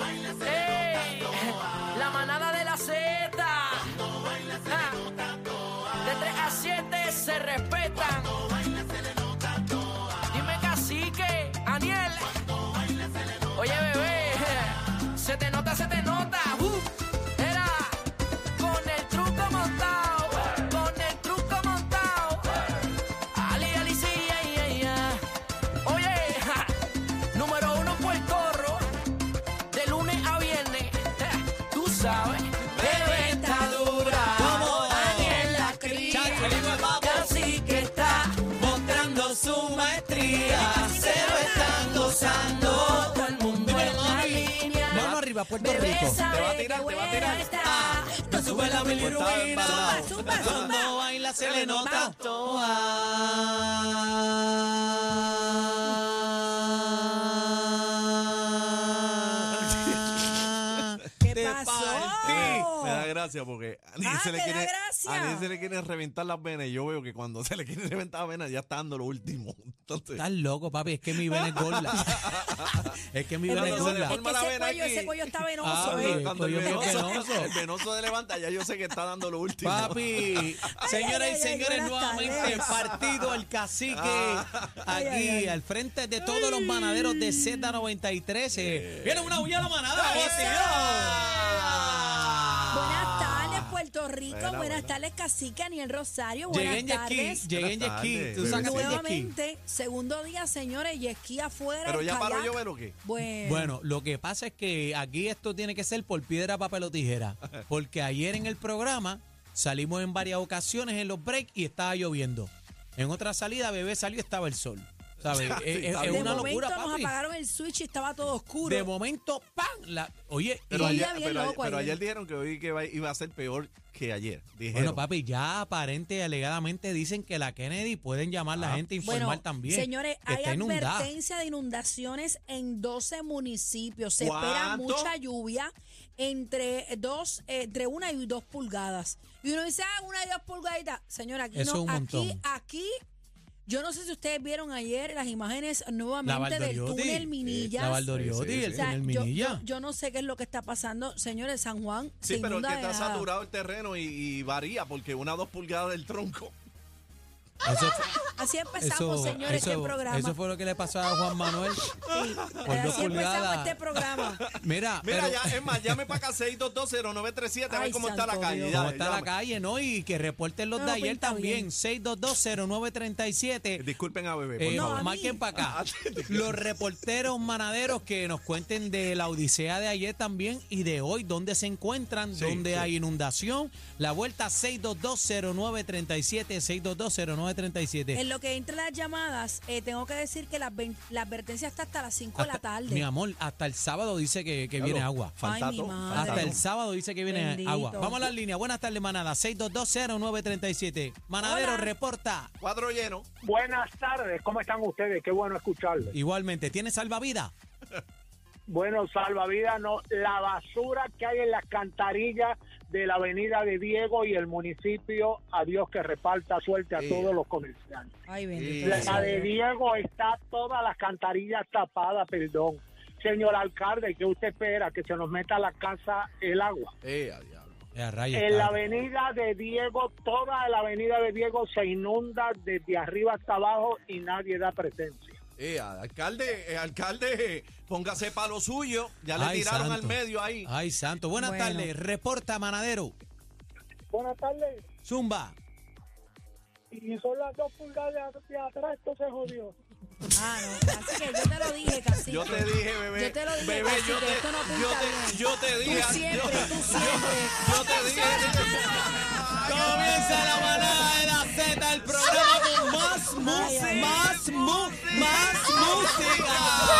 Ah. Se te nota, se te nota. Uh, era con el truco montado. Con el truco montado. Ali, ali, sí, ay, ay, ay. Oye, ja, número uno fue el corro. De lunes a viernes. ja, Tú sabes. Bebé está dura. Como Daniel la cría. Casi que está mostrando su maestría. Se lo están gozando. Todo el mundo en la línea. Vamos arriba, Puerto Bebé Rico. sabe Te va a que tirar, te va a buena tirar. está. Ah, No sube la Pues bilirrubina. Zumba, zumba, Cuando zumba. baila se le nota. ¿Qué Te partí. pasó? Me da gracia porque a Aniel Ah, se te le da quiere, gracia. a Aniel se le quiere reventar las venas y yo veo que cuando se le quiere reventar las venas ya está dando lo último. Entonces, Estás loco, papi. Es que mi vena es gorda. es que mi Es vena es que se le gorda. forma Es la que ese vena cuello, aquí. ese cuello está venoso, Ah, ¿eh? bien. cuando el yo veo que venoso, no. el venoso se levanta, ya yo sé que está dando lo último. Papi, señoras ay, y ay, señores, buenas nuevamente tardes. partido el cacique aquí al frente de todos los manaderos de Z93. eh. Viene una huya a la manada. ¡Ay, vamos, señor. Buenas tardes, Puerto Rico. Ah. Buena, buenas buena. tardes, Cacique, Aniel Rosario. Llegué Buenas en tardes. Yesquí, llegué en Buenas Yesquí. tardes, ¿Tú sabes que es Yesquí? Nuevamente, segundo día, señores, y esquí afuera. Pero el ya paró kayak. llover o qué? Bueno, Bueno, lo que pasa es que aquí esto tiene que ser por piedra, papel o tijera. Porque ayer en el programa salimos en varias ocasiones en los breaks y estaba lloviendo. En otra salida, bebé salió y estaba el sol. ¿Sabes? Sí, es es- está es bien. de una momento locura, nos papi. apagaron el switch y estaba todo oscuro. De momento, ¡pam! La, oye, Pero, y- Sí, ayer, ya bien pero, ayer- loco pero ayer. ayer dijeron que hoy que va- iba a ser peor que ayer. Dijeron. bueno, papi, ya aparente y alegadamente dicen que la Kennedy pueden llamar a la Ah, gente e informar Bueno, también. señores, que hay está inundada. advertencia de inundaciones en 12 municipios. Se espera ¿Cuánto? mucha lluvia entre dos, eh, entre una y dos pulgadas. Y uno dice, ah, una y dos pulgaditas. Señora, aquí Eso es un no, aquí, montón. aquí. Yo no sé si ustedes vieron ayer las imágenes nuevamente del Valdoriotti. túnel La Minillas. Valdoriotti, Sí, sí, el, O sí. sea, el yo, Minilla. yo- yo no sé qué es lo que está pasando. Señores, San Juan Sí, se pero el inunda que de está nada. saturado el terreno y, y varía porque una dos pulgadas del tronco. Eso- Así empezamos, señores, eso- este programa. Eso fue lo que le pasó a Juan Manuel. Por dos Así empezamos pulgadas. este programa. Mira, Mira, pero- ya, es más, llame para acá 6220937 a ver Ay, cómo está la santo calle. Dios. ya, ¿Cómo está la llame. calle, no? Y que reporten los No, de pues, ayer está también. bien. 6220937. Disculpen a bebé, por Eh, favor. No, a mí. marquen para acá. Ah, Los reporteros manaderos que nos cuenten de la odisea de ayer también y de hoy, dónde se encuentran, Sí, dónde sí. hay inundación. La vuelta 6220937, 6220937. En lo que entran las llamadas, eh, tengo que decir que la, adver- la advertencia está hasta las 5 de la Hasta- tarde. Mi amor, hasta el sábado dice que, que Claro, viene agua. Falta Ay, mi todo, madre. falta Hasta el todo. sábado dice que viene Ah, Bendito. agua. Vamos a la línea. Buenas tardes, manada. 6220937. Manadero, Hola. reporta. Cuadro lleno. Buenas tardes, ¿cómo están ustedes? Qué bueno escucharles. Igualmente, ¿tiene salvavidas? Bueno, salvavidas, no, la basura que hay en las cantarillas de la avenida de Diego y el municipio, a Dios que reparta suerte a Sí. todos los comerciantes. Ay, Sí, bendito. La, sea sí. de Dios. Diego está todas las cantarillas tapadas, perdón. Señor alcalde, ¿qué usted espera? Que se nos meta a la casa el agua. Eh, a diablo. Eh, a rayos, En la claro. avenida de Diego, toda la avenida de Diego se inunda desde arriba hasta abajo y nadie da presencia. Eh, a- alcalde, eh, alcalde, eh, póngase para lo suyo. Ya le Ay, tiraron al santo. medio ahí. Ay, santo. Buenas Bueno. tardes. Reporta, manadero. Buenas tardes. Zumba. y son las dos pulgadas de atrás, esto se jodió. Ah, no. Así que yo te lo dije, casi. Yo te dije, bebé. Yo te lo dije, bebé, Cacique, yo te, esto no pinta yo te, bien. yo te dije. Tú siempre, yo, tú siempre. yo te dije. Comienza la manada de la Z, el programa con más, mus- Ay, ay, ay. más, mu- más música.